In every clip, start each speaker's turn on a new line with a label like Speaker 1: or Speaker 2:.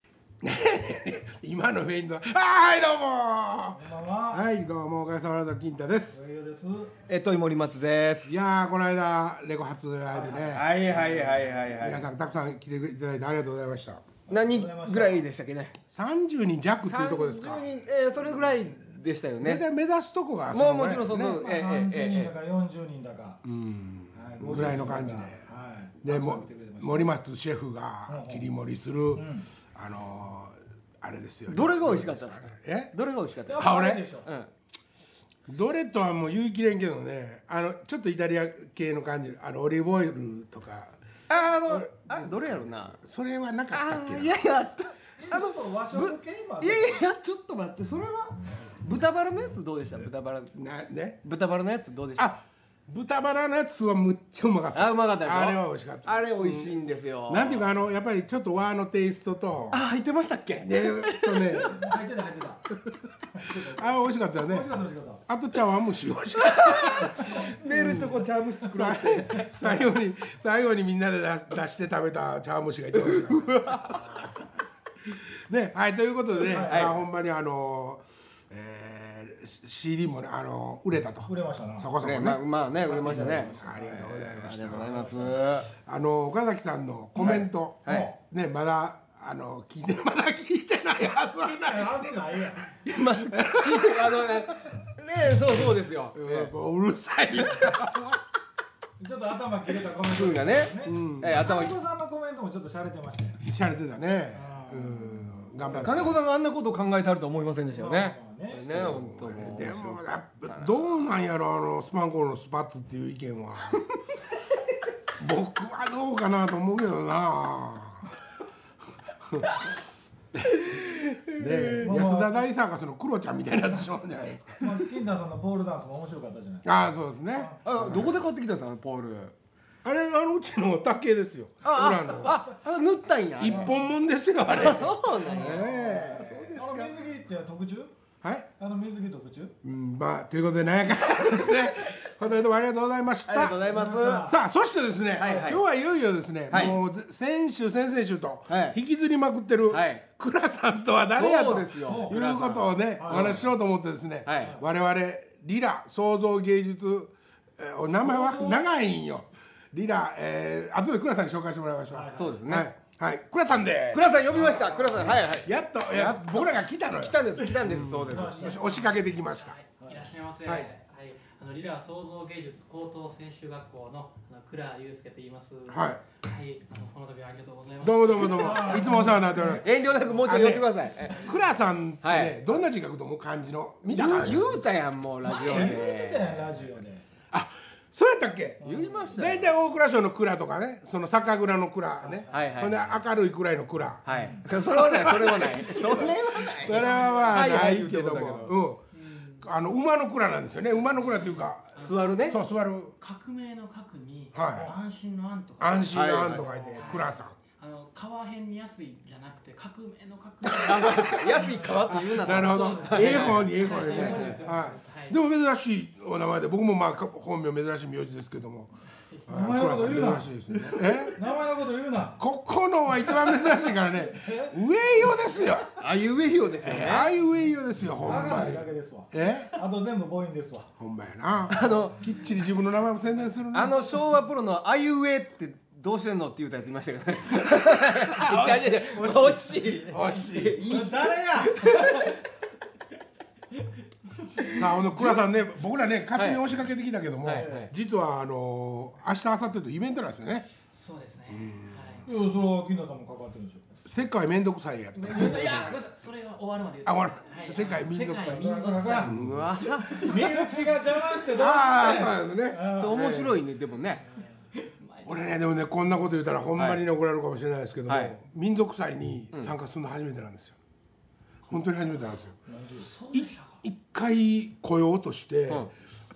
Speaker 1: 今のフェイントはあー
Speaker 2: こんばんは。
Speaker 1: はいどうもはいどうもおかげさまで金太です
Speaker 2: 余裕です。
Speaker 3: えっと、森松です。
Speaker 1: いやーこの間レコ発ライブね、
Speaker 3: はいはいはいはい
Speaker 1: 皆
Speaker 3: はい。
Speaker 1: さんたくさん来ていただいてありがとうございました
Speaker 3: 何ぐらいでしたっけね。
Speaker 1: 30人弱っていうとこですか、
Speaker 3: 30人えーそれぐらいでしたよ
Speaker 1: 大
Speaker 3: ね。
Speaker 1: 体目指すとこが
Speaker 3: もう
Speaker 1: その
Speaker 3: も
Speaker 1: ぐら
Speaker 3: ち
Speaker 1: い
Speaker 3: ろんそうそう。
Speaker 2: まあ
Speaker 3: ええ
Speaker 2: 三
Speaker 3: え
Speaker 2: 十人だ
Speaker 3: ええ
Speaker 2: か四十人だか。
Speaker 1: うん
Speaker 2: は
Speaker 1: うんぐらいの感じで
Speaker 2: はい。
Speaker 1: で
Speaker 2: たくさん
Speaker 1: も
Speaker 2: 来てくれてました
Speaker 1: 森松シェフが切り盛りする、
Speaker 2: ん
Speaker 1: あのーあれですよ
Speaker 3: どれが美味しかったですか
Speaker 1: え
Speaker 3: どれが美味しかった
Speaker 2: や
Speaker 3: で
Speaker 2: っ
Speaker 3: す
Speaker 2: ぱ
Speaker 1: あ俺
Speaker 2: あれでしょ
Speaker 3: かうん。
Speaker 1: どれとはもう言い切れんけどねあのちょっとイタリア系の感じあのオリーブオイルとか
Speaker 3: あ、あの、あ、どれやろうな。
Speaker 1: それはなかった
Speaker 3: あ
Speaker 1: っけ
Speaker 3: ー、
Speaker 1: ない
Speaker 3: やいや、あった
Speaker 2: あの和食系もあ
Speaker 3: いやいや、ちょっと待って、それは。豚バラのやつどうでした豚バラ。
Speaker 1: なね
Speaker 3: 豚バラのやつどうでした
Speaker 1: あ豚バラのやつはむっちゃうまかった
Speaker 3: あ、うまかったでしょ
Speaker 1: あれは美味しかった
Speaker 3: あれ美味しいんですよ。
Speaker 1: なんていうかあのやっぱりちょっと和のテイストと
Speaker 3: あ、入ってましたっけ
Speaker 1: ねえっとね
Speaker 2: 入ってた入ってた。
Speaker 1: あれ美味しかったよ
Speaker 2: 美
Speaker 1: ね
Speaker 2: 味しかった美味しかっ
Speaker 1: あと茶碗蒸し美味しかった
Speaker 3: メールしてこう、チャーム作ろうって。
Speaker 1: 最後に最後にみんなで出出して食べた茶碗蒸しが一番美味しかったねはいということでね、
Speaker 3: はい
Speaker 1: まあ、ほんまにあのえー、C- CD もねあの売れたと
Speaker 2: た。売れましたな。
Speaker 1: そこそこね
Speaker 3: ね、まあ、まあね、売れましたね。
Speaker 1: ありがとうございま
Speaker 3: あ
Speaker 1: した
Speaker 3: りがとうございます。
Speaker 1: あの岡崎さんのコメント、
Speaker 3: はいは
Speaker 1: ねまだあの聞いて まだ聞いてないはずはない。
Speaker 2: あずないやん。
Speaker 3: まあ、あのね、ねえ、そうそうですよ。
Speaker 1: うんもううるさい。
Speaker 2: ちょっと頭切れたコメント。
Speaker 3: 君がねえ頭
Speaker 2: 金子さんのコメントもちょっと洒落てましたよ。
Speaker 1: しゃれてたね
Speaker 2: あ。ー
Speaker 1: うん頑張って。
Speaker 3: 金子さんがあんなことを考えてあると思いませんでしたよね
Speaker 2: まあ。まあね
Speaker 3: ね、本当もう
Speaker 1: でもやっぱどうなんやろあのスパンコールのスパッツっていう意見は僕はどうかなと思うけどなね安田大サーカスのクロちゃんみたいなやつしょうんじゃないですか
Speaker 2: まあ金田さんのポールダンスも面白かったじゃない。
Speaker 1: ああそうですね
Speaker 3: あ、どこで買ってきたんですか、ポール。
Speaker 1: あれあのうちの竹ですよ裏の
Speaker 3: あ、あ、塗ったんや。
Speaker 1: 一本もんですよあれ。ね
Speaker 3: そうなんや。
Speaker 1: え
Speaker 2: あの水着って特注？
Speaker 1: はい。
Speaker 2: あの水着特注？
Speaker 1: うんまあということでなんやかんやですね。本当にどうもありがとうございまし
Speaker 3: ありが
Speaker 1: た
Speaker 3: とう。ございます。
Speaker 1: さあそしてですね、
Speaker 3: はいは
Speaker 1: 今
Speaker 3: い
Speaker 1: 日はいよいよですね、
Speaker 3: はい
Speaker 1: もうぜ先週先々週と
Speaker 3: はい
Speaker 1: 引きずりまくってる、
Speaker 3: はい
Speaker 1: 倉さんとは誰やと
Speaker 3: そうですよ
Speaker 1: い
Speaker 3: 倉さ
Speaker 1: うんことをねお話ししようと思ってですね、
Speaker 3: はい
Speaker 1: 我々リラ創造芸術、えーお名前は
Speaker 2: 創造
Speaker 1: 長いんよリラ、えー、後で倉さんに紹介してもらいましょう、はい
Speaker 3: そうです
Speaker 1: はい
Speaker 3: ね。
Speaker 1: 倉さんで
Speaker 3: 倉さん呼びました。倉さん、はいはい。
Speaker 1: やっとや僕らが来たのよ
Speaker 3: 来たんです。来たんです。そうです。
Speaker 1: 押し押しかけてきました
Speaker 4: いらっしゃいませ。
Speaker 1: は
Speaker 4: はいい。あのリラ創造芸術高等専修学校のあの倉祐介と言います。
Speaker 1: はい
Speaker 4: はい。あのこの度はありがとうございます。
Speaker 1: どうもどうもどうもいつもお世話になっております
Speaker 3: 遠慮なくもうちょい寄ってください。え
Speaker 1: 倉さんってね、
Speaker 3: はい
Speaker 1: どんな字書くと思う漢字の見たから
Speaker 3: 言う言うたやん、もうラジオ
Speaker 2: 言ってた
Speaker 3: で。
Speaker 2: やんラジオで。
Speaker 1: あそうやったっけ
Speaker 3: 言いましたよ。
Speaker 1: 大体大蔵省の蔵とかねその酒蔵の蔵ね、
Speaker 3: はいはい
Speaker 1: ほんで明るいくらいの蔵、
Speaker 3: はい。それはない、それはない。それはない。
Speaker 1: それはまあ
Speaker 3: はい
Speaker 1: な
Speaker 3: はい
Speaker 1: いけども、
Speaker 3: 言うてこ
Speaker 1: うん、あの馬の蔵なんですよね馬の蔵っていうか、
Speaker 3: 座るね。
Speaker 1: そう座る
Speaker 4: 革命の革に、
Speaker 1: は
Speaker 4: 安心の安とか。
Speaker 1: 安心の安と書いて、蔵さん
Speaker 4: あの川辺に安いじゃなくて革命の革。
Speaker 3: 安い川って言うなと
Speaker 1: なるほど
Speaker 4: そう
Speaker 1: ええ方にええ方にね、
Speaker 4: はい
Speaker 1: はい
Speaker 4: はい
Speaker 1: でも珍しいお名前で僕もまあ本名珍しい名字ですけども
Speaker 2: お前のこと言うな
Speaker 1: 倉さん珍しいですねえ
Speaker 2: 名前のこと言うな。
Speaker 1: ここのは一番珍しいからね上用ですよ
Speaker 3: あゆうえひよですよね。
Speaker 1: ああいう上用ですよほん
Speaker 2: 長
Speaker 1: ま
Speaker 2: い
Speaker 1: に
Speaker 2: だけですわ。
Speaker 1: え
Speaker 2: あと全部母音ですわ。
Speaker 1: ほんまやな
Speaker 3: あの、
Speaker 1: きっちり自分の名前も宣伝するな
Speaker 3: あの昭和プロのあゆうえってどうしてんのって言うたやついましたけどね。違う違う違う惜しい。
Speaker 1: 惜しい
Speaker 3: いい
Speaker 2: 誰や。
Speaker 1: さああの倉さんね僕らね勝手に押しかけてきたけども、
Speaker 3: はいはい
Speaker 1: 実はあの明日明後日とイベントなんですよね
Speaker 4: そうですね。
Speaker 2: いやそれは金田さんも関わってるんでしょ。
Speaker 1: 世界面倒くさいやった
Speaker 4: はい。いや、ごめんなさい。それは終わるまで言って。
Speaker 1: あ終わる世界民族
Speaker 4: 世界
Speaker 2: だから
Speaker 4: 民
Speaker 2: だ
Speaker 4: 族
Speaker 2: から
Speaker 4: 祭。
Speaker 3: うわ。
Speaker 2: 身内が邪魔してどうすんね
Speaker 1: あ
Speaker 2: ん
Speaker 1: あそうなんですね
Speaker 2: あー
Speaker 3: 面白いね、でもね。
Speaker 1: 俺ねでもねこんなこと言ったらほんまにね怒られるかもしれないですけども、
Speaker 3: はい
Speaker 1: 民族祭に参加するの初めてなんですよ、本当に初めてなんですよ
Speaker 4: そうでしたか。
Speaker 1: 一回声を落として、
Speaker 3: うん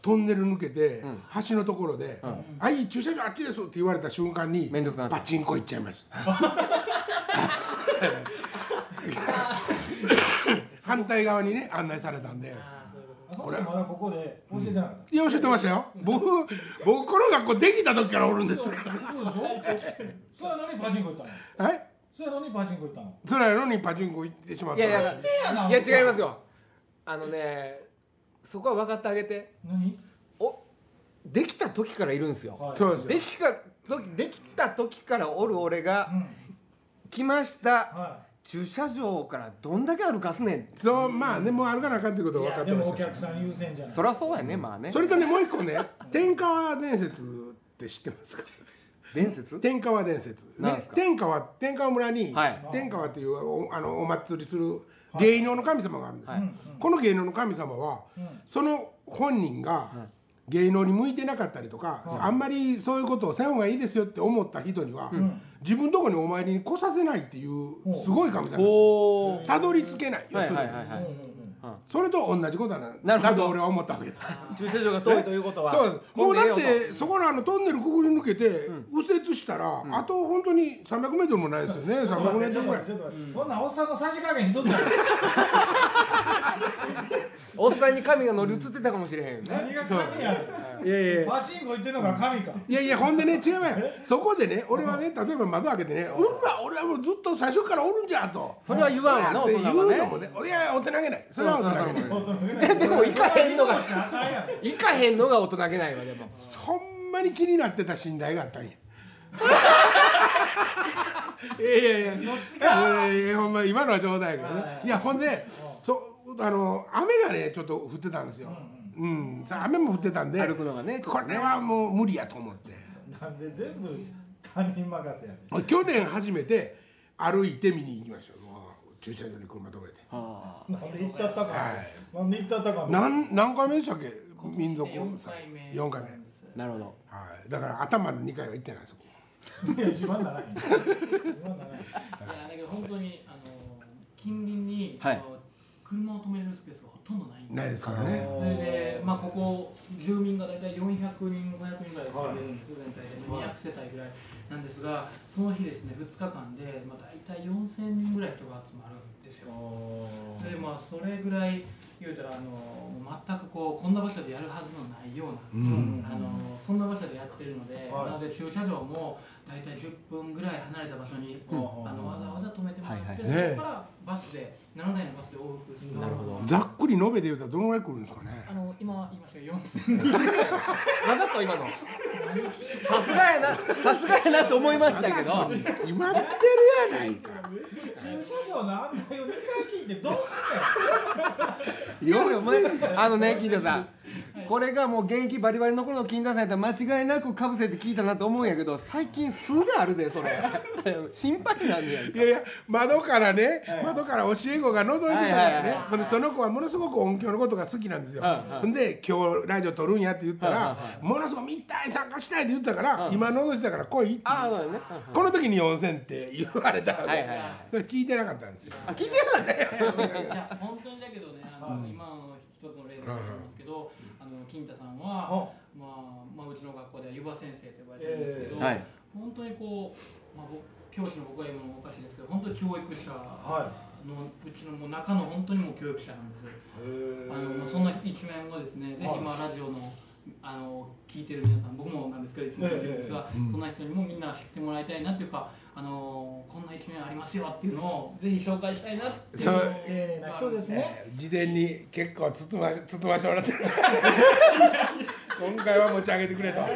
Speaker 1: トンネル抜けて、橋のところで「はい駐車場あっちです」って言われた瞬間に
Speaker 3: 面倒くさかった
Speaker 1: パチンコ行っちゃいました 反対側にね案内されたんで
Speaker 4: あーそういうこ
Speaker 2: あそこま
Speaker 4: と
Speaker 2: だここで教えてなかっ
Speaker 1: いや教えてましたよ僕僕この学校できた時からおるん
Speaker 2: た。
Speaker 1: です
Speaker 2: そう
Speaker 1: か
Speaker 2: そうでしょ。それなのにパチンコ行ったの。
Speaker 1: らはい
Speaker 2: それのにパチンコ行ったの
Speaker 1: それやのにパチンコ行ってしまっ
Speaker 3: い
Speaker 1: た
Speaker 3: やい
Speaker 1: らし
Speaker 3: や
Speaker 1: い
Speaker 2: てやない
Speaker 3: や違いますよあのねそこは分かってあげて
Speaker 2: 何
Speaker 3: おできた時からいるんですよ、
Speaker 2: はい
Speaker 1: そうです
Speaker 3: で
Speaker 1: よ
Speaker 3: きか時できた時からおる俺
Speaker 2: う
Speaker 3: が
Speaker 2: ん
Speaker 3: 来ました
Speaker 2: は
Speaker 3: 駐車場からどんだけ歩かすねん
Speaker 1: そうまあねもうあるかなあかんっていうこと
Speaker 2: いい
Speaker 1: は分か
Speaker 2: や
Speaker 1: ってま
Speaker 2: でもお
Speaker 1: した
Speaker 2: 客
Speaker 1: し
Speaker 2: さん優先じゃない
Speaker 3: そりゃそうやねまあね
Speaker 1: それとねもう一個ね天川伝説って知ってますか
Speaker 3: 伝説
Speaker 1: 天川伝説、
Speaker 3: なんで
Speaker 1: ね
Speaker 3: すか、
Speaker 1: 天川天川村に、
Speaker 3: はい
Speaker 1: 天川っていうおあのお祭りする芸能の神様があるんです、
Speaker 3: はいうんうん
Speaker 1: この芸能の神様は、
Speaker 2: うん
Speaker 1: その本人が芸能に向いてなかったりとか、あんまりそういうことをせん方がいいですよって思った人には、
Speaker 2: ん
Speaker 1: 自分とこにお参りに来させないっていう
Speaker 2: ほう
Speaker 1: すごい神様
Speaker 3: おー
Speaker 1: たどり着けない要
Speaker 3: はい
Speaker 1: するに、
Speaker 3: はいはいは
Speaker 2: うんうん
Speaker 3: い
Speaker 2: うん
Speaker 1: それと同じことなん
Speaker 3: なるほど
Speaker 1: だと俺は思ったわけです
Speaker 3: 駐車場が遠いということは
Speaker 1: そうですもうだっ
Speaker 3: 混んでええよ
Speaker 1: てそこのあのトンネルくぐり抜けて右折したら、あと本当に3 0 0ルもないですよね3 0
Speaker 2: ちょっと
Speaker 1: 0
Speaker 2: 待っ
Speaker 1: メートルぐらい
Speaker 2: てちょっと待ってちょっと待ってそんなおっさんのさじ加減一つだよ
Speaker 3: とおっさんに神が乗り移ってたかもしれへんよね
Speaker 2: 何が神や
Speaker 1: いやいやい
Speaker 2: ねん
Speaker 1: や
Speaker 2: パチンコ行ってんのが神か
Speaker 1: いやいやほんでね違うやんそこでね俺はね例えば窓開けてね「うわ俺はもうずっと最初からおるんじゃ」と。
Speaker 3: それは言わんわな
Speaker 1: って
Speaker 3: 大
Speaker 1: 言
Speaker 3: 人
Speaker 1: うの
Speaker 3: は
Speaker 1: も
Speaker 3: ね
Speaker 1: ね、いやいや、大人げない、それは大人げない、
Speaker 3: そうそう
Speaker 2: え
Speaker 3: でも行かへんのが
Speaker 2: あかんやん
Speaker 3: 行かへんのが大人げないわでも
Speaker 1: ほんまに気になってた寝台があったんや。いやいやいや、
Speaker 2: そっち
Speaker 1: いやいやいやほんま今のは冗談やけどね
Speaker 2: はい
Speaker 1: いやほんでそあの雨がねちょっと降ってたんですよ、うんさ雨も降ってたんで
Speaker 3: 歩くのがね
Speaker 1: これはもう無理やと思って
Speaker 2: なんで全部他人任せやねん
Speaker 1: 去年初めて歩いて見に行きましたもう駐車場に車止めて
Speaker 3: あ
Speaker 2: なんで行ったったかなんで行ったったか
Speaker 1: 何何回目でしたっけ民族
Speaker 4: 4回目
Speaker 1: 4回目
Speaker 4: なんです
Speaker 3: あなるほど
Speaker 1: はいだから頭の2回は行ってないんですよ
Speaker 2: いや自慢ならへん自慢ならへん
Speaker 4: いやだけど本当にあの近隣に、
Speaker 3: はい
Speaker 4: あの車を止めれるスペースがほとんどないんで
Speaker 1: ないですからね
Speaker 4: それで、まあ、ここ住民が大体400人500人ぐらい住んでるんです、全体で、まあ、200世帯ぐらいなんですがその日ですね2日間で、まあ、大体4000人ぐらい人が集まるんですよそれでまあそれぐらい言うたらあの全くこうこんな場所でやるはずのないよう
Speaker 1: う
Speaker 4: な、
Speaker 1: ん
Speaker 4: あのそんな場所でやってるので、
Speaker 2: はい
Speaker 4: なので駐車場も大体10分ぐらい離れた場所に、
Speaker 2: うん
Speaker 4: あのわざわざ止めてもらって、
Speaker 3: はいはい
Speaker 1: ね
Speaker 4: そこからバスで7台のバスで往復する
Speaker 2: なるほど
Speaker 1: ざっくり延べで言うたらどのぐらい来るんですかね
Speaker 4: あの今言いましたよ4000
Speaker 3: 何だった今のさすがやなさすがやなと思いましたけ
Speaker 1: 決
Speaker 3: ど
Speaker 1: まってるやないか
Speaker 2: 駐車場の案内を2回聞いてどう
Speaker 3: いやいやお前あのね金田さんこれがもう現役バリバリの頃の金田さんやったら間違いなくかぶせて聞いたなと思うんやけど最近数があるでそ れ心配なんねや
Speaker 1: いやいや窓からね、窓から教え子が覗いてたから
Speaker 3: はいはい
Speaker 1: ね、
Speaker 3: は
Speaker 1: ほんでその子はものすごく音響のことが好きなんですよ、
Speaker 3: はいはい
Speaker 1: ほんで今日ラジオ撮るんやって言ったら、
Speaker 3: はいは
Speaker 1: ものすごく見たい参加したいって言ったから、今覗いてたから来いって
Speaker 3: ああそうだね
Speaker 1: この時に4000って言われたから、
Speaker 3: はいはいはい
Speaker 1: それ聞いてなかったんですよ
Speaker 3: あ聞いてなかったよ
Speaker 4: いや本当にだけどねあの、今の一つの例だと思いますけど、あの金太さんは、
Speaker 2: は
Speaker 4: まあまあ、うちの学校では湯葉先生と呼ばれてるんですけど、
Speaker 2: ええ
Speaker 3: はい
Speaker 4: 本当にこう、まあ、僕教師の僕が言うのもおかしいですけど本当に教育者の、
Speaker 2: は
Speaker 4: うちのもう中の本当にもう教育者なんです、あのもうそんな一面をですねぜひ
Speaker 2: はい
Speaker 4: 今ラジオのあの聞いてる皆さん僕もなんですけどいつも聞いてるんですが、そんな人にもみんな知ってもらいたいなっていうかあのこんな一面ありますよっていうのをぜひ紹介したいなっていう
Speaker 1: そう
Speaker 2: 丁寧な人ですね
Speaker 1: えー事前に結構つつましつつまして もらってる今回は持ち上げてくれと、
Speaker 2: 包む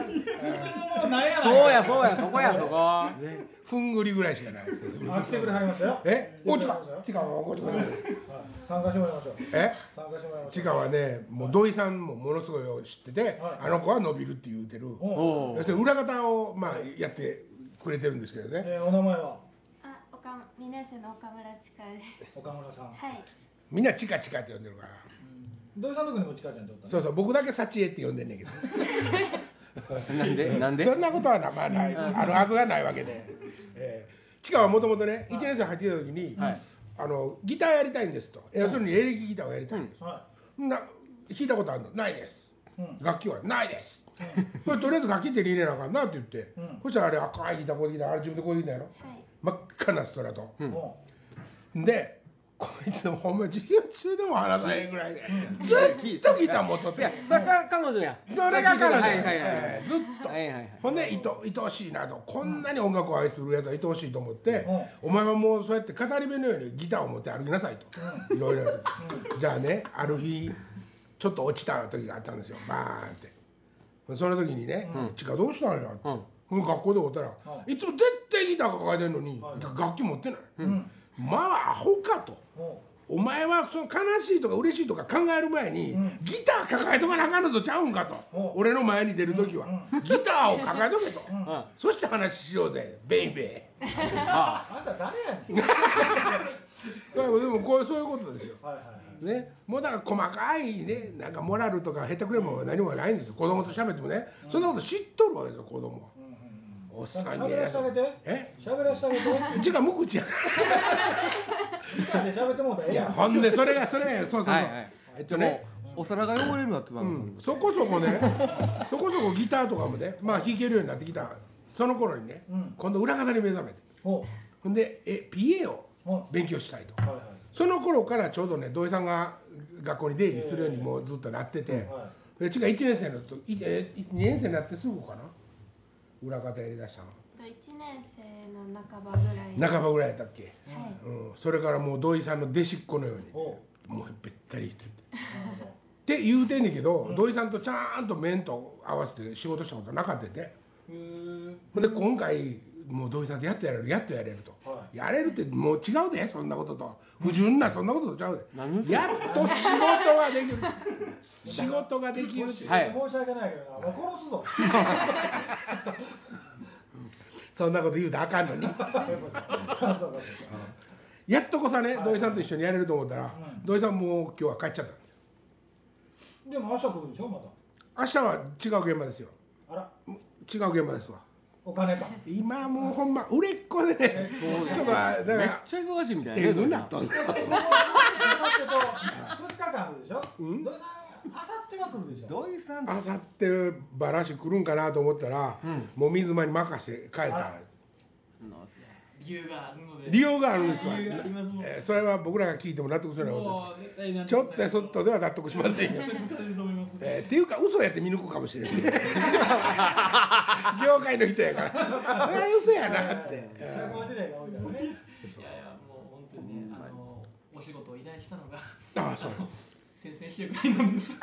Speaker 2: もんなんやないか
Speaker 3: そうやそうやそこやそこ
Speaker 1: ね、ふんぐりぐらいしかないですよ
Speaker 2: あ来てくれはりましたよ
Speaker 1: えお
Speaker 2: 来
Speaker 1: ち
Speaker 2: てくれ
Speaker 1: か
Speaker 2: はりまし
Speaker 1: ちかもこっちこっち
Speaker 2: たよはい参加してもらいましょう
Speaker 1: え
Speaker 2: 参加してもらいましょ
Speaker 1: チカはねもう土井さんもものすごいよ知ってて、
Speaker 2: はい
Speaker 1: あの子は伸びるって言うてる
Speaker 2: うおう
Speaker 3: お
Speaker 1: 要
Speaker 3: お
Speaker 1: するに裏方を、まあ、やってくれてるんですけどね
Speaker 2: えーお名前は
Speaker 5: あ、おか二年生の岡村千佳 です。
Speaker 2: 岡村さん
Speaker 5: はい。
Speaker 1: みんなチカチカって呼んでるから
Speaker 2: 土井さんのとこにもちかちゃんっておったね
Speaker 1: そうそう僕だけサチエって呼んでんねんけど
Speaker 3: なん でなんで
Speaker 1: そんなことはな、まあ、ないあるはずがないわけで、えー、チカはもともとね1年生入ってきた時に、
Speaker 3: はい
Speaker 1: あのギターやりたいんですと要するにエレキギターをやりたいんです、
Speaker 2: は
Speaker 1: な弾いたことあるのないです、
Speaker 2: うん
Speaker 1: 楽器はないです、まあとりあえず楽器手に入れなあかんなって言って、
Speaker 2: うん
Speaker 1: そしたらあれ赤いギターこうできたあれ自分でこうできたやろ
Speaker 5: はい。
Speaker 1: 真っ赤なストラト、
Speaker 2: いも
Speaker 1: でこいつほんま授業中でも話さへんぐらいずっとギター持っとっ
Speaker 3: い
Speaker 1: て
Speaker 3: やそれか彼女や
Speaker 1: どれが彼女
Speaker 3: はいはいはいはい
Speaker 1: えーずっと
Speaker 3: はいはいはい
Speaker 1: ほんでいと愛おしいなとこんなに音楽を愛するやつは愛おしいと思って、お前はもうそうやって語り部のようにギターを持って歩きなさいと、いろいろやってじゃあねある日ちょっと落ちた時があったんですよバーンってその時にね「ち、かどうしたんや」って、うん、学校でおったら、い、つも絶対ギター抱えてるのに、楽器持ってない、まあアホかと。
Speaker 2: お
Speaker 1: お前はその悲しいとか嬉しいとか考える前に、ギター抱えとかなあかんのとちゃうんかと
Speaker 2: お
Speaker 1: 俺の前に出る時は、ギターを抱えとけと、そして話しようぜベイベー
Speaker 2: あんた誰やねん
Speaker 1: でもこうそういうことですよ、
Speaker 2: はいはいはい
Speaker 1: ね、もうだから細かいねなんかモラルとかへったくれも何もないんですよ子供と喋ってもね、そんなこと知っとるわけですよ子供は、おっさんに
Speaker 2: 喋らせてあげて
Speaker 1: え
Speaker 2: 喋らせてあげて
Speaker 1: 違う無口や
Speaker 2: ギターで喋ってもうたらええ
Speaker 1: い
Speaker 2: や
Speaker 1: や
Speaker 2: ん
Speaker 1: ほんでそれがそれがそうそうそう、
Speaker 3: はいはい
Speaker 1: えっとね
Speaker 3: お皿が汚れるなってなる
Speaker 1: うんそこそこね そこそこギターとかもねまあ弾けるようになってきたその頃にね、
Speaker 2: うん
Speaker 1: 今度裏方に目覚めて
Speaker 2: お
Speaker 1: ほんでえ PA を
Speaker 2: お
Speaker 1: 勉強したいと
Speaker 2: はいはい
Speaker 1: その頃からちょうどね土井さんが学校に出入りするようにもうずっとなってて、
Speaker 2: は
Speaker 1: で違う1年生のといえ2年生になってすぐかな裏方やりだしたの
Speaker 5: と一年生の半ばぐらい。
Speaker 1: 半ばぐらいやったっけ、
Speaker 5: はい。
Speaker 1: うん、い、それからもう土井さんの弟子っ子のように
Speaker 2: お
Speaker 1: もうべったりついて。って言うてんねんけど、土井さんとちゃんと面と合わせて仕事したことなかったんでほんで今回もう土井さんとやっとやれるやっとやれると、
Speaker 2: は
Speaker 1: やれるってもう違うでそんなことと不純なそんなこととちゃう
Speaker 3: 何
Speaker 1: でやっと仕事ができ る仕事ができるって
Speaker 3: はい
Speaker 2: 申し訳ないけどなもう殺すぞ
Speaker 1: そんなこと言うたらあかんのに
Speaker 2: そうかそうかそうか
Speaker 1: やっとこさね土井さんと一緒にやれると思ったら、土井さんもう今日は帰っちゃったんですよ
Speaker 2: でも明日来るでしょま
Speaker 1: 明日は違う現場ですよ
Speaker 2: たあら
Speaker 1: 違う現場ですわ
Speaker 2: お金 か
Speaker 1: 今もうほんま売れっ子でねちょっとだか
Speaker 3: めっ
Speaker 1: ら
Speaker 3: ちゃ忙しいみたい
Speaker 1: 天
Speaker 3: な
Speaker 1: 狗になっとん
Speaker 2: そ
Speaker 1: ね
Speaker 2: の明後日と2日間あるでしょ土井さんあさっては来るでしょ
Speaker 3: 土井さん
Speaker 1: あさってバラシ来るんかなと思ったら、もう水間に任せて帰っ
Speaker 2: あ
Speaker 1: た
Speaker 2: ら
Speaker 4: 理由があるので
Speaker 1: 理由があるんですか、
Speaker 4: 理由がありますもん
Speaker 1: えーそれは僕らが聞いても納得するようなこと
Speaker 4: もう絶対なん
Speaker 1: です
Speaker 4: と
Speaker 1: ち
Speaker 4: か
Speaker 1: ょっとやそっとでは納得しません よ
Speaker 4: 納得されると思います
Speaker 1: えーっていうか嘘やって見抜くかもし れない業界の人やからあれ嘘やなって
Speaker 2: 社交辞令が多 いからね
Speaker 4: いやいやもう本当にねあのお仕事を依頼したのが
Speaker 1: あそうです
Speaker 4: 先々週ぐらいなんです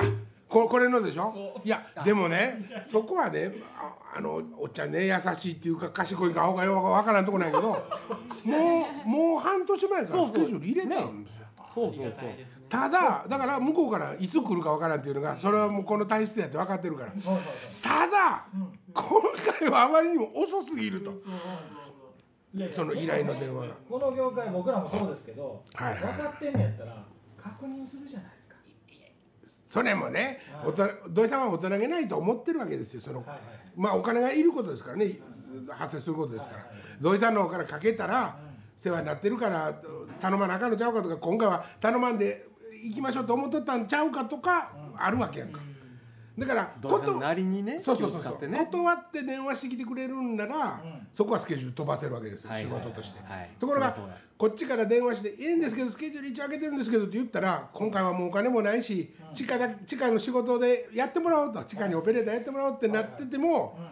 Speaker 1: ここれのでしょ
Speaker 4: そ
Speaker 1: いやでもねそこはねああのおっちゃんね優しいっていうか賢いか青がようわからんとこない けどもうもう半年前から
Speaker 3: そう
Speaker 1: ス
Speaker 3: そう
Speaker 1: ケジュール入れたんですよ
Speaker 3: そ
Speaker 4: あ
Speaker 3: う
Speaker 4: り
Speaker 3: そ
Speaker 4: が
Speaker 3: う
Speaker 4: た
Speaker 3: そう
Speaker 4: いですね
Speaker 1: ただだから向こうからいつ来るかわからんっていうのがそれはもうこの体質やって分かってるから
Speaker 2: そうそうそう
Speaker 1: ただ今回はあまりにも遅すぎると
Speaker 4: そうそうそう
Speaker 2: いやいや
Speaker 1: その依頼の電話が
Speaker 2: この業界僕らもそうですけど、
Speaker 1: はいはい
Speaker 2: 分かってんのやったら確認するじゃないですか
Speaker 1: それもねおと土井さんは大人げないと思ってるわけですよその
Speaker 2: はいはい
Speaker 1: まあお金がいることですからね発生することですから土井さんの方からかけたら世話になってるから頼まなあかんのちゃうかとか今回は頼まんで行きましょうと思っとったんちゃうかとかあるわけやんかだから
Speaker 3: 土井さ
Speaker 1: と
Speaker 3: んなりにね
Speaker 1: そうそうそう
Speaker 3: 気
Speaker 1: そ
Speaker 3: を使っ
Speaker 1: う、
Speaker 3: てね
Speaker 1: 断って電話してきてくれるんなら、
Speaker 2: うん
Speaker 1: そこはスケジュール飛ばせるわけですよ、
Speaker 3: はいはいはい
Speaker 1: 仕事として、
Speaker 3: はい
Speaker 1: ところが
Speaker 3: そうだそうだ
Speaker 1: こっちから電話して「いいんですけどスケジュール一応開けてるんですけど」って言ったら今回はもうお金もないし、地下だ地下の仕事でやってもらおうと地下にオペレーターやってもらおうってなってても、
Speaker 2: うん
Speaker 1: は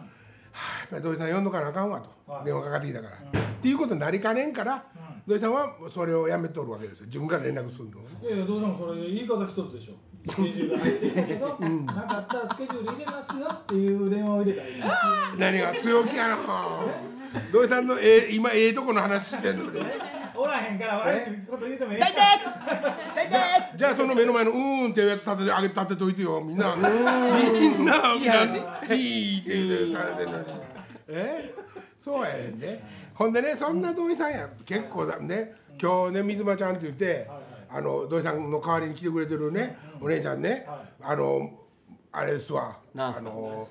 Speaker 1: あやっぱり土井さん呼んどかなあかんわと、
Speaker 2: はい
Speaker 1: 電話かかってきたから、っていうことになりかねんから、土井さんはそれをやめとるわけですよ自分から連絡するのをね
Speaker 2: いやいやどうしてもそれ言い方一つでしょスケジュールが入ってるけど、なかったらスケジュール入れますよっていう電話を入れたらいい
Speaker 1: 何が強気やな土井さんのええ今ええとこの話してるのに。
Speaker 2: おらへんから悪いこと言うてもええ
Speaker 1: じゃあその目の前のうーんっていうやつ立ててあげ立てといてよみん なみんなみんないいって言うて立ててるのにえそうやねんねほんでねそんな土井さんや結構だね今日ね水間ちゃんって言ってあの土井さんの代わりに来てくれてるねお姉ちゃんねあのあれですわ
Speaker 3: なん
Speaker 1: あ
Speaker 3: すか
Speaker 1: の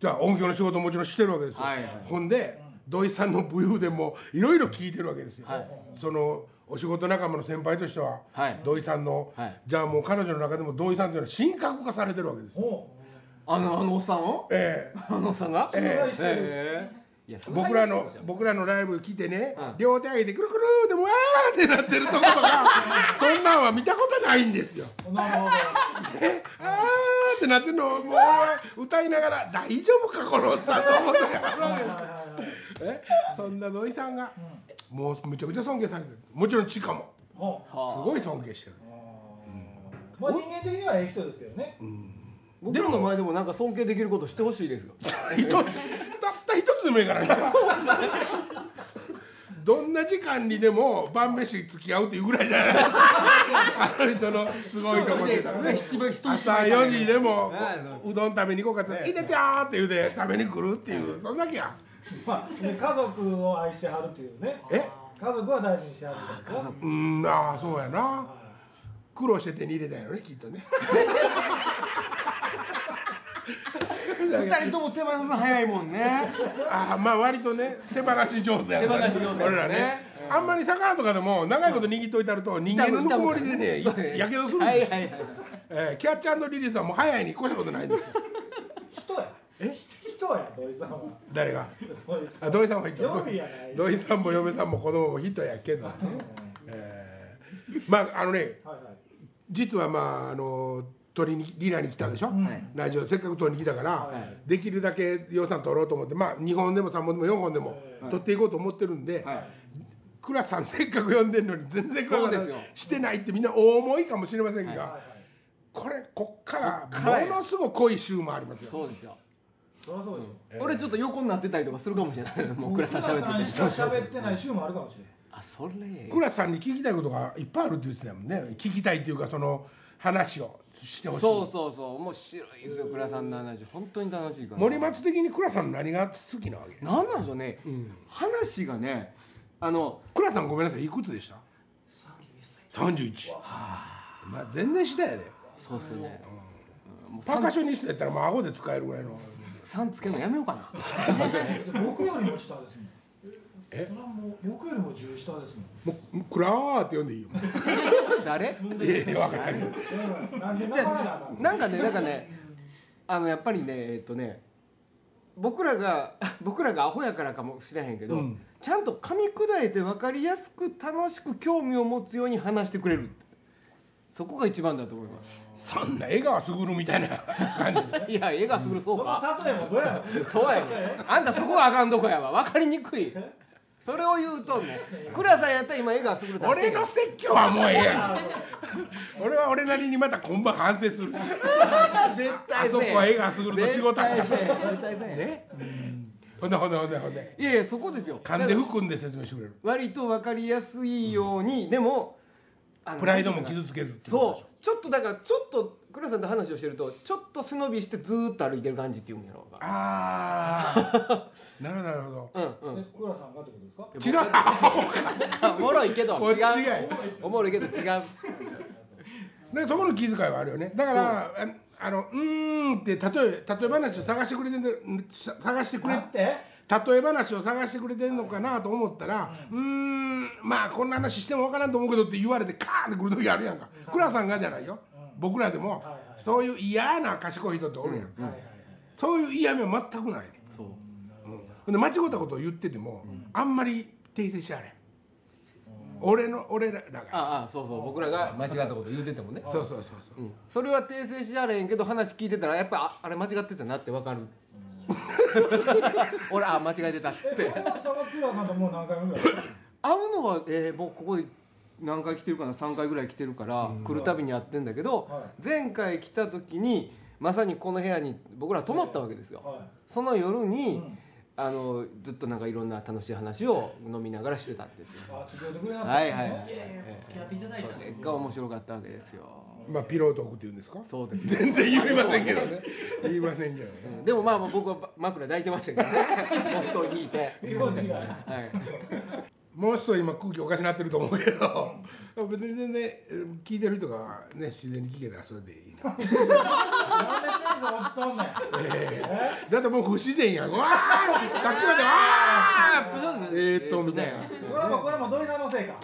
Speaker 1: じゃあ音響の仕事ももちろんしてるわけですよ、
Speaker 3: はいはい
Speaker 1: ほんで土井さんの武勇伝もいろいろ聞いてるわけですよ、
Speaker 3: はい
Speaker 1: そのお仕事仲間の先輩としては、
Speaker 3: はい
Speaker 1: 土井さんの、
Speaker 3: はい
Speaker 1: じゃあもう彼女の中でも土井さんというのは神格化されてるわけですよ、
Speaker 2: お
Speaker 3: あのあのおっさんを
Speaker 1: え え
Speaker 3: あのおっさんが
Speaker 2: ええ
Speaker 3: ええいや
Speaker 1: 僕らの 僕らのライブ来てね、両手上げてくるくるでもわーってなってるとことかそは見たことないんですよ
Speaker 2: なるほど
Speaker 1: ねあーってなってるのをもう俺は歌いながら大丈夫かこのおっさんと思って
Speaker 2: はい はいはいはい
Speaker 1: えそんな土井さんが、もうめちゃくちゃ尊敬されてるもちろん知花も
Speaker 2: ほう
Speaker 1: すごい尊敬してる
Speaker 2: まあ人間的にはええ人ですけどね
Speaker 3: 僕らの前でもなんか尊敬できることしてほしいです よ
Speaker 1: 一つたった一つでもいいからねどんな時間にでも晩飯付き合うっていうぐらいじゃないですかあの人のすごいところで言ったらね
Speaker 3: 七分一人
Speaker 1: 朝4時でも
Speaker 3: ね
Speaker 1: うどん食べに行こうかって「いいですよ」って言うて食べに来るっていうそんだけや
Speaker 2: まあね家族を愛してはるというね
Speaker 1: え
Speaker 2: 家族は大事にしてはるみたいな
Speaker 1: うんああそうやな苦労して手に入れたんやろねきっとね
Speaker 3: 二人とも手放すの早いもんね
Speaker 1: ああまあ割とね手放し上手や
Speaker 3: 手放し上手
Speaker 1: 俺らねあんまり魚とかでも長いこと握っといたると人間のぬくもりでね
Speaker 3: 痛む痛む
Speaker 1: やけどするん
Speaker 3: は
Speaker 1: で
Speaker 3: い
Speaker 1: すよ
Speaker 3: はいはい
Speaker 1: えーキャッチリリースはもう早いに越したことないんですよ
Speaker 2: 人やえ人や土井さんは
Speaker 1: 誰が
Speaker 2: 土井さん
Speaker 1: あ土井さんもヒッ
Speaker 2: 料
Speaker 1: ト
Speaker 2: 理やない
Speaker 1: 土井さんも嫁さんも子供もヒットやけどね、えーまああのね
Speaker 2: はいはい
Speaker 1: 実はまああの取りにリナに来たでしょ、ラジオせっかく取りに来たから、
Speaker 2: はい
Speaker 1: できるだけ予算取ろうと思ってまあ2本でも3本でも4本でも
Speaker 3: はい
Speaker 1: 取っていこうと思ってるんで、
Speaker 3: はい
Speaker 1: 倉さんせっかく呼んでるのに全然
Speaker 3: そ
Speaker 1: 顔
Speaker 3: う
Speaker 1: 出
Speaker 3: ですよ
Speaker 1: してないってみんな大思いかもしれませんが、
Speaker 2: はいはい
Speaker 1: これこっか
Speaker 3: こっから
Speaker 1: ら
Speaker 3: や
Speaker 1: ものすごい濃い週もありますよ
Speaker 3: そうですよ
Speaker 2: そりゃそうでしょ
Speaker 3: 俺ちょっと横になってたりとかするかもしれないもう倉さん喋ってて
Speaker 2: て喋ってない週もあるかもしれない
Speaker 3: あそれ
Speaker 1: 倉さんに聞きたいことがいっぱいあるって言ってたもんね聞きたいっていうかその話をしてほしい
Speaker 3: そうそうそう面白いですよ倉さんの話本当に楽しいから
Speaker 1: 森松的に倉さんの何が好きなわけ
Speaker 3: なんなんでしょうね、話がねあの
Speaker 1: 倉さんごめんなさいいくつでした
Speaker 4: 31歳
Speaker 1: 31まあ全然下やで
Speaker 3: そうっすね、うんもう
Speaker 1: パーカッ
Speaker 3: さ
Speaker 1: ショニストやったらもう顎で使えるぐらいの
Speaker 3: さんつけるのやめよう かな
Speaker 2: 僕よりも下ですもん
Speaker 1: え
Speaker 2: それはもう僕よりも10下ですもん
Speaker 1: もう「倉ー」って呼んでいい よ
Speaker 3: 誰
Speaker 1: いやいや分からんけど
Speaker 2: うんなんで名前がな
Speaker 3: なんかねなんかねあのやっぱりねえっとね僕らが僕らがアホやからかもしれへんけど、
Speaker 1: うん
Speaker 3: ちゃんと噛み砕いて分かりやすく楽しく興味を持つように話してくれるそこが一番だと思 います
Speaker 1: そんな江川卓みたいな感じで
Speaker 3: いや絵がすぐそう
Speaker 2: そ
Speaker 3: か
Speaker 2: の例えもどうやろ
Speaker 3: そうやねあんたそこがあかんとこやわ分かりにくいそれを言うとんね倉さんやったら今絵がすぐ
Speaker 1: 俺の説教はもうええやん俺は俺なりにまた今晩反省する
Speaker 3: 絶
Speaker 1: あ
Speaker 3: 対
Speaker 1: そこは江川卓と違うたんや
Speaker 3: 絶対そうや絶対そうや
Speaker 1: ねほんでほんでほんでほんで
Speaker 3: いやいやそこですよ
Speaker 1: 噛んで含んで説明してくれる
Speaker 3: 割と分かりやすいように、でもあの
Speaker 1: プライドも
Speaker 3: なんていう
Speaker 1: 傷つけずって
Speaker 3: のかな
Speaker 1: こ
Speaker 3: そうちょっとだからちょっと倉さんと話をしてるとちょっと背伸びしてずーっと歩いてる感じっていうんやろう
Speaker 1: と
Speaker 3: か
Speaker 1: ああ なるほどなるほど
Speaker 3: うんう
Speaker 2: うんね倉さんがってことですか
Speaker 1: 違う
Speaker 3: あおもろいけど
Speaker 1: こっち
Speaker 3: 違
Speaker 1: が
Speaker 3: うおもろいけど違う
Speaker 1: でそこの気遣いはあるよねだからああのうーんって例え例え話を探してくれてるんさ探してくれ
Speaker 2: 待って
Speaker 1: 例え話を探してくれてるのかなと思ったらうーんまあこんな話してもわからんと思うけどって言われてカーンってくる時あるやんか倉さんがじゃないよ僕らでも
Speaker 2: はいはい
Speaker 1: そういう嫌な賢い人っておるやん
Speaker 2: はいはい
Speaker 1: そういう嫌味は全くない
Speaker 3: そう
Speaker 1: ほんで間違ったことを言っててもあんまり訂正しはれん俺の俺らが
Speaker 3: ああそうそう僕らが間違ったこと言うててもね
Speaker 1: そうそうそうそう
Speaker 3: うんそれは訂正しやれへんけど話聞いてたらやっぱああれ間違ってたなって分かる 俺あ間違えてたっつっ
Speaker 2: え
Speaker 3: て
Speaker 2: この差は倉さんともう何回もぐらい
Speaker 3: 会うのは、えー、もうここで何回来てるかな3回ぐらい来てるから、来るたびに会ってんだけど、
Speaker 2: は
Speaker 3: 前回来た時にまさにこの部屋に僕ら泊まったわけですよ、
Speaker 2: は
Speaker 3: その夜
Speaker 2: い
Speaker 3: に、
Speaker 2: うん
Speaker 3: あのずっとなんかいろんな楽しい話を飲みながらしてたんですよ
Speaker 2: あ付き合ってくれなかった
Speaker 3: はいはいはい
Speaker 4: いやいや付き合っていただい
Speaker 3: そ
Speaker 4: たんで
Speaker 3: れ
Speaker 4: す
Speaker 3: が
Speaker 4: よ
Speaker 3: 面白かったわけですよ
Speaker 1: まあピロートークって言うんですか
Speaker 3: そうです
Speaker 1: 全然言いませんけどね言いませんけどね
Speaker 3: でもまあ僕は枕抱いてましたけどね お布団引いて
Speaker 2: 居心地がいい
Speaker 3: はい
Speaker 1: もう一人今空気おかしなってると思うけど別に全然えー聞いてる人がね自然に聞けたらそれでいいな
Speaker 2: なんでテンション落ちとんねん
Speaker 1: だってもう不自然やんわーさっきまでわーえーっとみたいな
Speaker 2: これもこれも土井さんのせいか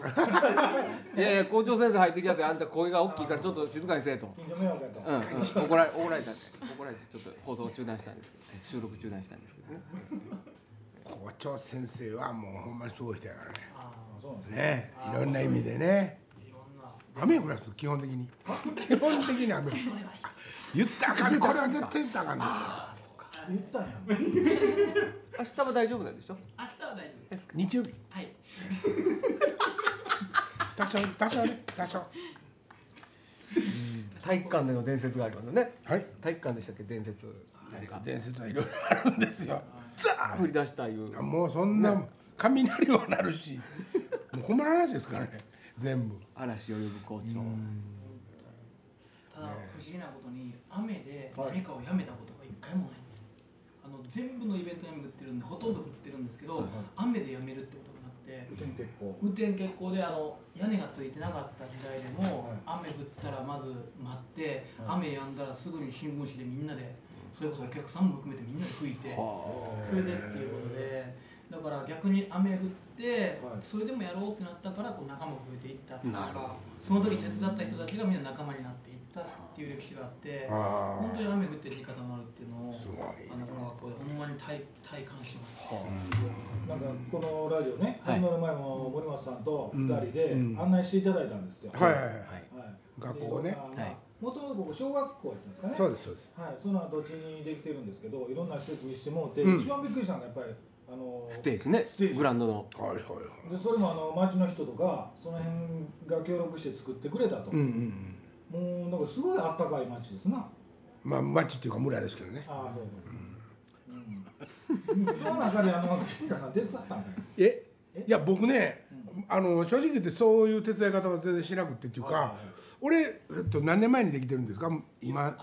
Speaker 3: いやいや校長先生入ってきたってあんた声が大きいからちょっと静かにせえと
Speaker 2: 近所迷惑やった
Speaker 3: うんうん、怒られ怒られたんで怒られてちょっと報道中断したんですけどね収録中断したんですけどね
Speaker 1: 校長先生はもうほんまにすごい人やからね
Speaker 4: あ
Speaker 2: そうなんです
Speaker 1: ねいろんな意味でね
Speaker 4: ーいろんな
Speaker 1: 雨降らす基本的に 基本的に雨降らす言ったらあかんこれは絶対言ったらあかんですよ
Speaker 2: 言ったんやん
Speaker 3: 明日は大丈夫なんでしょ
Speaker 4: 明日は大丈夫です。
Speaker 1: 日曜日
Speaker 4: はい。
Speaker 1: 多少多少ね多少
Speaker 3: 体育館での伝説がありますよね
Speaker 1: はい
Speaker 3: 体育館でしたっけ伝説
Speaker 1: 何か伝説はいろいろあるんですよザ
Speaker 3: 振り出したいう
Speaker 1: ーもうそんな雷はなるしもうほんまの話ですからね全部
Speaker 3: 嵐を呼ぶ校長
Speaker 4: ただ不思議なことに雨で何かをやめたことが一回もないんです。あの全部のイベントに雨降ってるんでほとんど降ってるんですけど、雨でやめるってことがなくて。
Speaker 2: 結構
Speaker 4: 雨天決行であの屋根がついてなかった時代でも、雨降ったらまず待って、雨止んだらすぐに新聞紙でみんなでそれこそお客さんも含めてみんなで拭いて、それでっていうことでだから逆に雨降ってそれでもやろうってなったからこう仲間が増えていったっていう
Speaker 3: なるほ
Speaker 4: かその時手伝った人たちがみんな仲間になっていったっていう歴史があって
Speaker 1: あ
Speaker 4: 本当
Speaker 1: あ
Speaker 4: に雨降って地方もあるっていうのを
Speaker 1: すごい
Speaker 4: あのこの学校でほんまに体体感します。
Speaker 2: なんかこのラジオね
Speaker 3: はい
Speaker 2: 始まる前も森松さんと二人で
Speaker 3: うん
Speaker 2: 案内していただいたんですよ
Speaker 1: はいはい
Speaker 2: い
Speaker 1: はいはい学校ね
Speaker 3: はい
Speaker 2: もともと僕小学校やったんです
Speaker 1: そ
Speaker 2: かね
Speaker 1: うですそうです
Speaker 2: はいその後うちにできてるんですけどいろんな施設見してもうて
Speaker 1: うん
Speaker 2: 一番びっくりしたのがやっぱりあの
Speaker 3: ステージね
Speaker 2: ステージ
Speaker 3: グランドの
Speaker 1: はいはいはい
Speaker 2: でそれもあの町の人とかその辺が協力して作ってくれたと、
Speaker 1: うんうんうん
Speaker 2: もうなんかすごいあったかい町ですな
Speaker 1: まあ町っていうか村ですけどね
Speaker 2: ああそうそう、うんその中であの金田さん手伝ったんだよ
Speaker 1: えいや僕ねあの正直言ってそういう手伝い方は全然しなくてっていうか、俺、えっと、何年前にできてるんですか今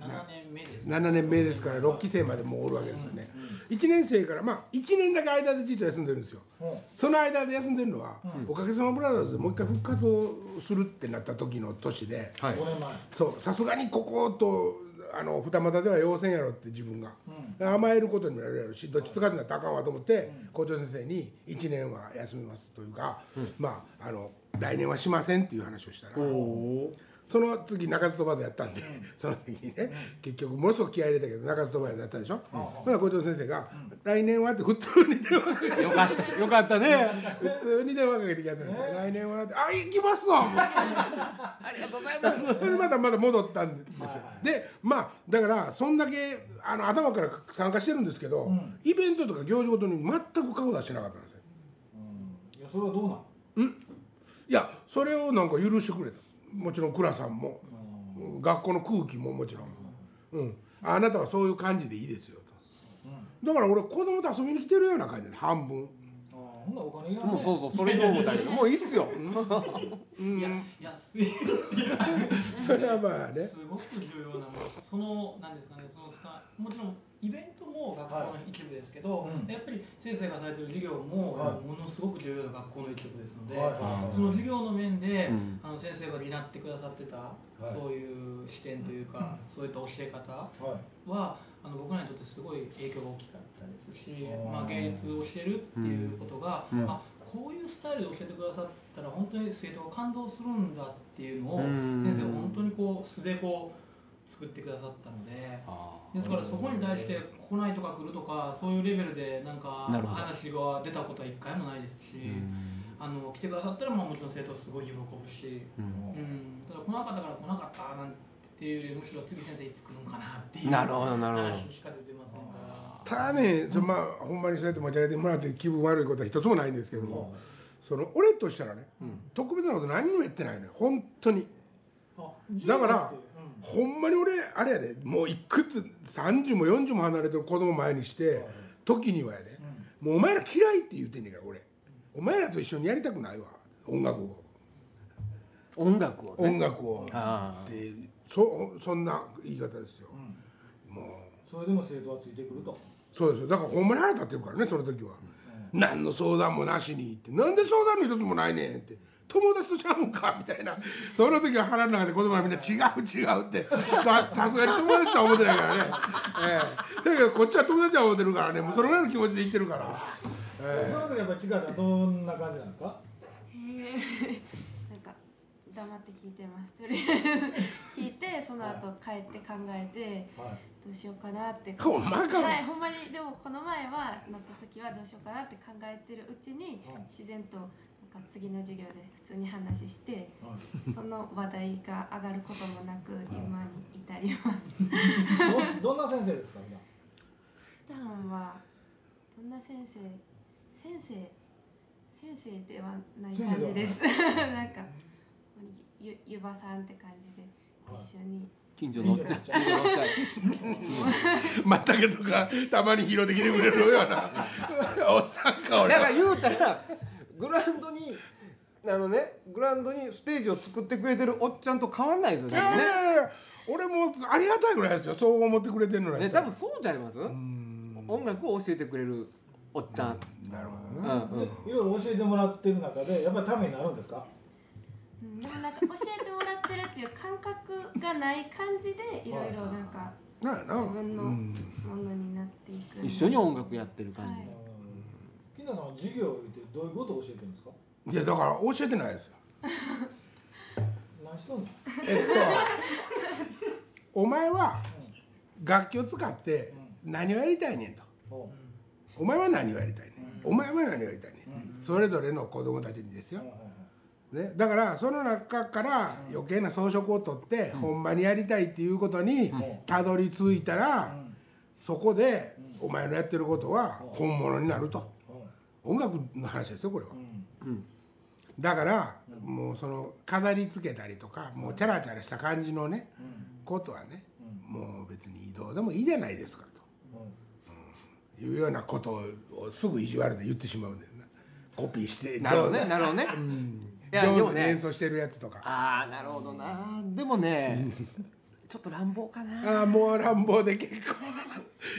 Speaker 4: あの7年目です
Speaker 1: 7年目ですから6期生までもうおるわけですよね1年生からまあ1年だけ間でちっと休んでるんですよ
Speaker 2: うん
Speaker 1: その間で休んでるのは、おかげさまブラザーズでもう一回復活をするってなった時の年で、
Speaker 3: はい
Speaker 2: 5年前
Speaker 1: そうさすがにこことあの二股では要せんやろって自分が、甘えることにもなるやろしどっちつかずなったらあかんわと思って、校長先生に1年は休みますというか、まああの来年はしませんっていう話をしたら、その次中津飛ばずやったんで、その時にね、結局ものすごく気合い入れたけど中津飛ばずやったでしょ、ほな校長先生が「来年は?」って普通に電話かけて
Speaker 3: よかったよかったね
Speaker 1: 普通に電話かけてきたんですよ、来年はって「あ行きます わ」それでまたまた戻ったんですよ、でまあだからそんだけあの頭から参加してるんですけど、イベントとか行事ごとに全く顔出してなかったんですよ
Speaker 2: いやそれはどうなん
Speaker 1: いやそれをなんか許してくれたもちろん倉さんも、学校の空気ももちろん、うん、あなたはそういう感じでいいですよと、だから俺子供と遊びに来てるような感じで半分
Speaker 2: あーほんならお金いらんね
Speaker 3: もうそうそうそれどう思ったけどもういいっすよ
Speaker 4: いやいやすいや
Speaker 1: それはまあね
Speaker 4: すごく重要なものそのなんですかねそのスタもちろんイベントも学校の一部ですけど、
Speaker 2: はいうん
Speaker 4: やっぱり先生がされてる授業も、
Speaker 2: はい
Speaker 4: ものすごく重要な学校の一部ですので、
Speaker 2: はいはいはい
Speaker 4: その授業の面で、
Speaker 3: うん
Speaker 4: あの先生が担ってくださってた、
Speaker 2: い
Speaker 4: そういう視点というか、 そういった教え方
Speaker 2: はい
Speaker 4: はあの僕らにとってすごい影響が大きかったですし
Speaker 2: あ、ー
Speaker 4: まあ、芸術を教えるっていうことが、
Speaker 3: うん
Speaker 4: あこういうスタイルで教えてくださったら本当に生徒が感動するんだっていうのを
Speaker 3: うん
Speaker 4: 先生は本当にこう素でこう作ってくださったので。ですからそこに対して来ないとか来るとかそういうレベルでなんか
Speaker 3: なるほど
Speaker 4: 話が出たことは一回もないですし、あの来てくださったらまあもちろん生徒はすごい喜ぶし、うん、ただ来なかったから来なかったなんていうよりむしろ次先生いつ来るんかなっていう
Speaker 3: なるほどなるほど
Speaker 4: 話しか出てませんから
Speaker 1: ただね、そのまあほんまにそうやって持ち上げてもらって気分悪いことは一つもないんですけども、その俺としたらね、特別なこと何にもやってないのよ本当に
Speaker 2: あじゃ
Speaker 1: だ
Speaker 2: あ
Speaker 1: から
Speaker 2: うん
Speaker 1: ほんまに俺あれやでもういくつ30も40も離れてる子供前にして時にはやで、もうお前ら嫌いって言うてんねんから俺お前らと一緒にやりたくないわ音楽を
Speaker 3: 音楽を
Speaker 1: 音楽を
Speaker 3: あ
Speaker 1: ってそそんな言い方ですよ、もう。
Speaker 2: それでも生徒はついてくると
Speaker 1: そうですよだからほんまに腹立ってるからねその時は、何の相談もなしにってなんで相談の一つもないねんって友達とちゃうんかみたいなその時は腹の中で子供がみんな違う違うってささすがに友達とは思ってないからね、ええだけどこっちは友達は思ってるからねもうそのぐらいの気持ちで言ってるから、え
Speaker 2: その時やっぱりちかちゃんどんな感じなんですか
Speaker 5: へえなんか黙って聞いてますとりあえず聞いてその後帰って考えて
Speaker 2: はい
Speaker 5: どうしようかなって
Speaker 1: えほんまかも、
Speaker 5: はいほんまにでもこの前はなった時はどうしようかなって考えてるうちに自然となんかか次の授業で普通に話してその話題が上がることもなく今に至ります
Speaker 2: どどんな先生ですかみんな
Speaker 5: 普段はどんな先生先生先生ではない感じです なんかゆゆばさんって感じで一緒に
Speaker 3: 近所のおっちゃん近所のおっちゃん
Speaker 1: まったけとかたまに拾ってきてくれるようなおっさんか俺
Speaker 3: だか
Speaker 1: は
Speaker 3: ら言うたらグラウンドにあのねグラウンドにステージを作ってくれてるおっちゃんと変わんないですよ
Speaker 1: いやい
Speaker 3: ね。
Speaker 1: やいや俺もありがたいぐらいですよそう思ってくれてるの
Speaker 3: ね
Speaker 1: ね
Speaker 3: 多分そうちゃいます、
Speaker 1: ん
Speaker 3: 音楽を教えてくれるおっちゃん。
Speaker 1: なるほど
Speaker 3: うん
Speaker 1: な、
Speaker 3: うん
Speaker 2: でいろいろ教えてもらってる中でやっぱりためになるんですか
Speaker 5: うんでもなんか教えてもらってるっていう感覚がない感じでいろいろなんか
Speaker 1: なんやな
Speaker 5: 自分の
Speaker 1: うん
Speaker 5: ものになっていく
Speaker 3: 一緒に音楽やってる感じ。
Speaker 5: はい
Speaker 2: きなさんは授業ってどういうことを教えてるんですか
Speaker 1: いやだから教えてないですよ
Speaker 2: 何しとんの
Speaker 1: えっとお前は楽器を使って何をやりたいねんと
Speaker 2: おう
Speaker 1: お前は何をやりたいねんお前は何をやりたいねんそれぞれの子供たちにですよ
Speaker 2: はいはいはい
Speaker 1: ね、だからその中から余計な装飾を取って、ほんまにやりたいっていうことに
Speaker 2: ん
Speaker 1: たどり着いたら、
Speaker 2: ん
Speaker 1: そこでお前のやってることは本物になると音楽の話ですよこれは
Speaker 2: うん
Speaker 1: だからもうその飾りつけたりとかもうチャラチャラした感じのね
Speaker 2: うん
Speaker 1: ことはね
Speaker 2: うん
Speaker 1: もう別にどうでもいいじゃないですか
Speaker 2: う
Speaker 1: というようなことをすぐ意地悪で言ってしまうんだよなコピーして
Speaker 3: なるほどね、
Speaker 1: 上
Speaker 3: なるほどね。い
Speaker 1: 手
Speaker 3: やで
Speaker 1: 上
Speaker 3: も
Speaker 1: 手に演
Speaker 3: ね。
Speaker 1: 奏してるやつとか
Speaker 3: ああなるほどな。でもね、 ちょっと乱暴かな。
Speaker 1: ああもう乱暴で結構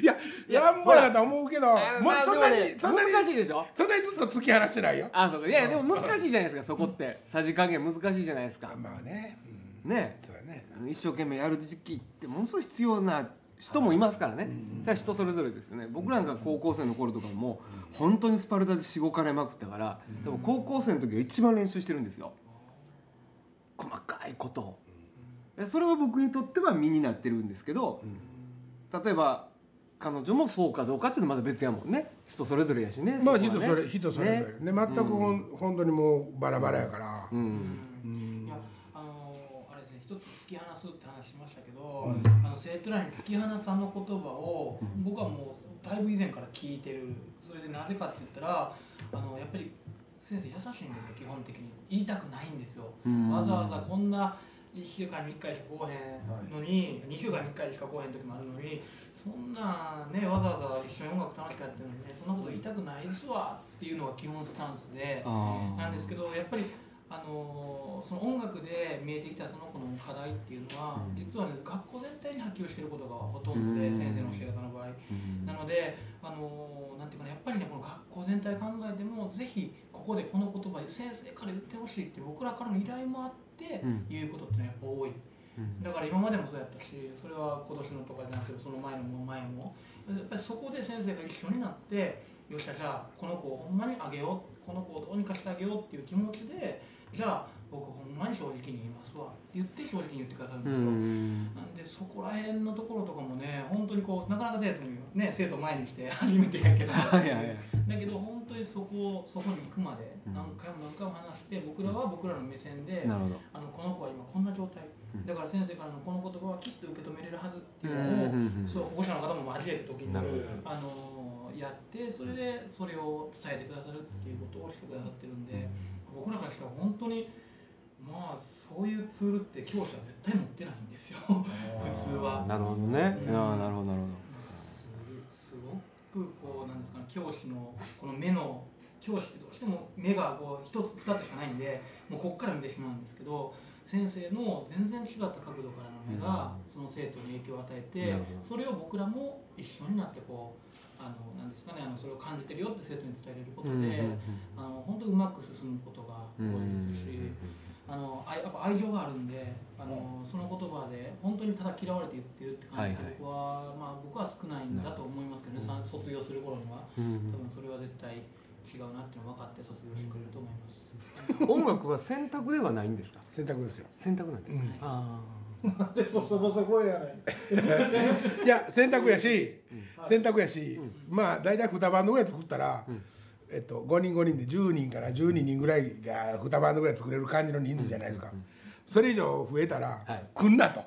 Speaker 1: いや
Speaker 3: いや
Speaker 1: 乱暴やなと思うけどもう
Speaker 3: あーまあ
Speaker 1: そんなに、
Speaker 3: でもね
Speaker 1: そんなに
Speaker 3: 難しいでしょ。
Speaker 1: そんなにずっと突き放してないよ
Speaker 3: あそうかいやいやでも難しいじゃないですかそこってさじ加減難しいじゃないですか
Speaker 1: まあね、うん、
Speaker 3: ね
Speaker 1: そうだね
Speaker 3: 一生懸命やる時期ってものすごい必要な人もいますからねそれは人それぞれですよね僕なんか高校生の頃とかも本当にスパルタでしごかれまくったからでも高校生の時が一番練習してるんですよ細かいことをえそれは僕にとっては身になってるんですけど例えば彼女もそうかどうかっていうのはまた別やもんね人それぞれやしね
Speaker 1: まあ
Speaker 3: こはね
Speaker 1: 人それ人それぞれね全くほん、本当にもうバラバラやから、
Speaker 3: うん
Speaker 4: いやあのあれですね一つ突き放すって話しましたけど、あの生徒らに突き放すあの言葉を僕はもうだいぶ以前から聞いてるそれでなぜかって言ったらあのやっぱり先生優しいんですよ基本的に言いたくないんですよ、
Speaker 3: うん
Speaker 4: わざわざこんな1週間に1回しか来おへんのに、2週間に1回しか来おへん時もあるのにそんなねわざわざ一緒に音楽楽しくやってるのにねそんなこと言いたくないですわっていうのが基本スタンスで。
Speaker 3: あー
Speaker 4: なんですけどやっぱり、あのーその音楽で見えてきたその子の課題っていうのは、実は、ね、学校全体に波及してることがほとんどで、
Speaker 3: うん
Speaker 4: 先生の教え方の場合、なので、あのーなんていうかなやっぱりねこの学校全体考えてもぜひここでこの言葉先生から言ってほしいって僕らからの依頼もあって、
Speaker 3: うん
Speaker 4: 言うことってのはやっぱ多い。だから今までもそうやったしそれは今年のとかじゃなくてその前のも前もやっぱりそこで先生が一緒になってよっしゃじゃあこの子をほんまにあげようこの子をどうにかしてあげようっていう気持ちでじゃあ僕ほんまに正直に言いますわって言って正直に言ってくださるんですよ、
Speaker 3: うん
Speaker 4: なんでそこら辺のところとかもね本当にこうなかなか生徒にね生徒前に来て 初めてやけど
Speaker 3: はいはいはい
Speaker 4: だけど本当にそこそこに行くまで何回も何回も話して僕らは僕らの目線で、
Speaker 3: なるほど
Speaker 4: あのこの子は今こんな状態、だから先生からのこの言葉はきっと受け止めれるはずっていう
Speaker 3: うんうんうんう
Speaker 4: のを
Speaker 3: ん
Speaker 4: そう保護者の方も交えた時に
Speaker 3: なるほど
Speaker 4: あのやってそれでそれを伝えてくださるっていうことをしてくださってるんで僕らからしたら本当にまあそういうツールって教師は絶対持ってないんですよ普通は。
Speaker 3: なるほどね。
Speaker 4: うん
Speaker 3: ああ、なるほど、なるほ
Speaker 4: すすごくこうなんですかね教師のこの目の教師ってどうしても目がこう一つ二つしかないんでもうこっから見てしまうんですけど先生の全然違った角度からの目がその生徒に影響を与えて
Speaker 3: なるほど
Speaker 4: それを僕らも一緒になってこうあのなんですかねあのそれを感じてるよって生徒に伝えれること
Speaker 3: ど。
Speaker 4: であの本当うまく進むことが多いですし。あのあやっぱ愛情があるんであの、その言葉で本当にただ嫌われて言ってるって感じで、
Speaker 3: はいはい
Speaker 4: 僕はまあ僕は少ないんだと思いますけどね、さん卒業する頃には
Speaker 3: うん
Speaker 4: 多分それは絶対違うなっていうの分かって卒業してくれると思います、
Speaker 3: うん音楽は選択ではないんですか。
Speaker 1: 選択ですよ
Speaker 3: 選択なんですか。
Speaker 1: うん
Speaker 3: あ
Speaker 2: でボソボソ声やね
Speaker 1: いや選択やし選択やし、まあ大体2バンドぐらい作ったら、ええっと、5人5人で10人から12人ぐらいが2バンドぐらい作れる感じの人数じゃないですか、それ以上増えたら、
Speaker 3: はい
Speaker 1: 来んなと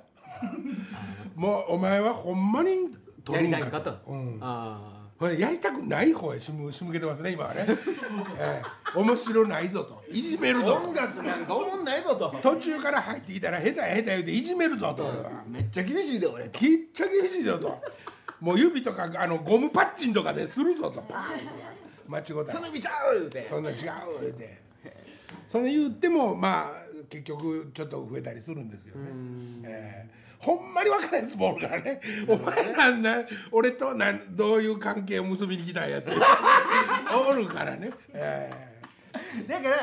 Speaker 1: もうお前はほんまに
Speaker 3: や
Speaker 1: 取る
Speaker 3: り
Speaker 1: ん
Speaker 3: た
Speaker 1: か
Speaker 3: い
Speaker 1: と
Speaker 3: かと、
Speaker 1: うん、
Speaker 3: あ
Speaker 1: これやりたくない方へしむしむけてますね今は ね、ええ面白ないぞといじめる
Speaker 3: あ
Speaker 1: ぞ
Speaker 3: 音楽なんか思んないぞと
Speaker 1: と途中から入ってきたら下手や下手や言うていじめるぞと俺は。
Speaker 3: めっちゃ厳しいで俺と
Speaker 1: きっちゃ厳しいぞともう指とかあのゴムパッチンとかでするぞとパーンとか間違うた
Speaker 3: そ
Speaker 1: ら
Speaker 3: の見ちゃうって
Speaker 1: そんな違う言うてそれ言ってもまあ結局ちょっと増えたりするんですけどね、えーほんまに分からないですもんからねお前なんだ俺となんどういう関係を結びに来たん やっておるからね、え
Speaker 3: だから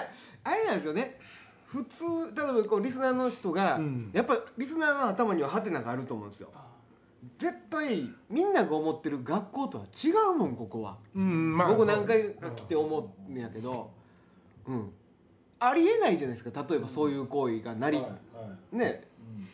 Speaker 3: あれなんですよね普通例えばこうリスナーの人が、やっぱリスナーの頭にはハテナがあると思うんですよ絶対みんなが思ってる学校とは違うもんここは、
Speaker 1: ーうんまあ
Speaker 3: 僕何回か来て思うんやけどうんありえないじゃないですか例えばそういう行為がなり、
Speaker 2: はい
Speaker 3: ね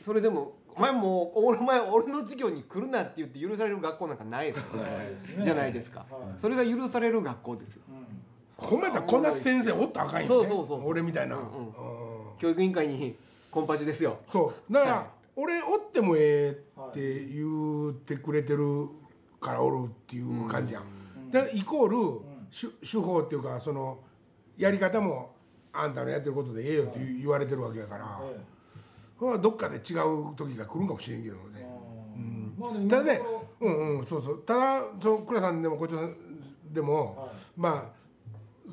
Speaker 3: それでも「お前もう俺お前俺の授業に来るな」って言って許される学校なんかないですよ
Speaker 2: はい
Speaker 3: ね
Speaker 2: ですね
Speaker 3: じゃないですか
Speaker 2: は
Speaker 3: それが許される学校ですよ
Speaker 2: うん
Speaker 1: ほんまやったらこんな先生おったらあかんよ、ね、
Speaker 3: そうそうそう
Speaker 1: 俺みたいな、
Speaker 3: うんうん
Speaker 1: うん
Speaker 3: 教育委員会にコンパチですよ
Speaker 1: そうだから、
Speaker 3: はい
Speaker 1: 俺おってもええって言ってくれてるからおるっていう感じやん、だからイコール、手手法っていうかそのやり方もあんたのやってることでええよって言言われてるわけやから、
Speaker 2: ええ
Speaker 1: それはどっかで違う時が来るんかもしれんけどね、
Speaker 2: うんまあでも
Speaker 1: ただね
Speaker 2: 今のとこ
Speaker 1: うんうんそうそうただその倉さんでもこっちらでも、
Speaker 2: はい
Speaker 1: まあ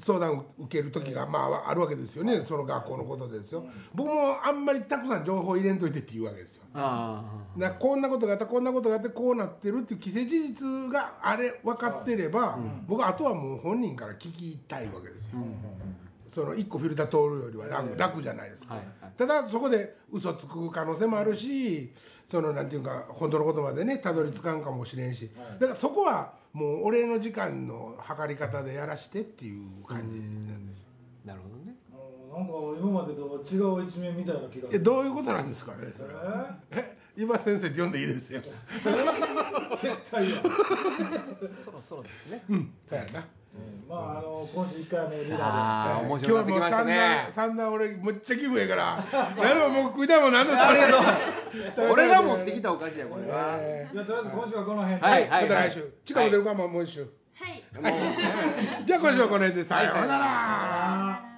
Speaker 1: 相談受ける時がまああるわけですよねその学校のことですよ、僕もあんまりたくさん情報入れんといてって言うわけですよ
Speaker 3: ああ
Speaker 1: なこんなことがあったこんなことがあってこうなってるっていう既成事実があれ分かってれば、僕はあとはもう本人から聞きたいわけですよ、その1個フィルター通るよりは楽,、楽じゃないですか、
Speaker 3: はい
Speaker 1: ただそこで嘘つく可能性もあるしそのなんていうか本当のことまでねたどり着かんかもしれんし、だからそこはもう俺の時間の測り方でやらしてっていう感じなんですよ、
Speaker 3: なるほどね
Speaker 2: もうなんか今までとは違う一面みたいな気がす
Speaker 1: え
Speaker 2: る
Speaker 1: どういうことなんですかねそ
Speaker 2: え
Speaker 1: れはえ今先生って呼んでいいですよ
Speaker 2: ー絶対や
Speaker 3: そろそろですね
Speaker 1: そうやな
Speaker 2: まああの今週一回目リーダー
Speaker 3: さあ
Speaker 1: 今
Speaker 3: 面
Speaker 1: 日
Speaker 3: 白
Speaker 1: は
Speaker 3: くな
Speaker 1: もう
Speaker 3: ってきました
Speaker 1: 散
Speaker 3: ね
Speaker 1: 々散々俺むっちゃ気分やから 何ももう食いたいもん何でも食べれ
Speaker 3: 俺が持ってきたお菓子やこれは
Speaker 1: え
Speaker 2: でじゃあとりあえず今週はこの辺
Speaker 3: はい
Speaker 1: ーまた来週近く出るかももう一週
Speaker 5: はい。
Speaker 1: じゃあ今週はこの辺でさようなら
Speaker 5: さよなら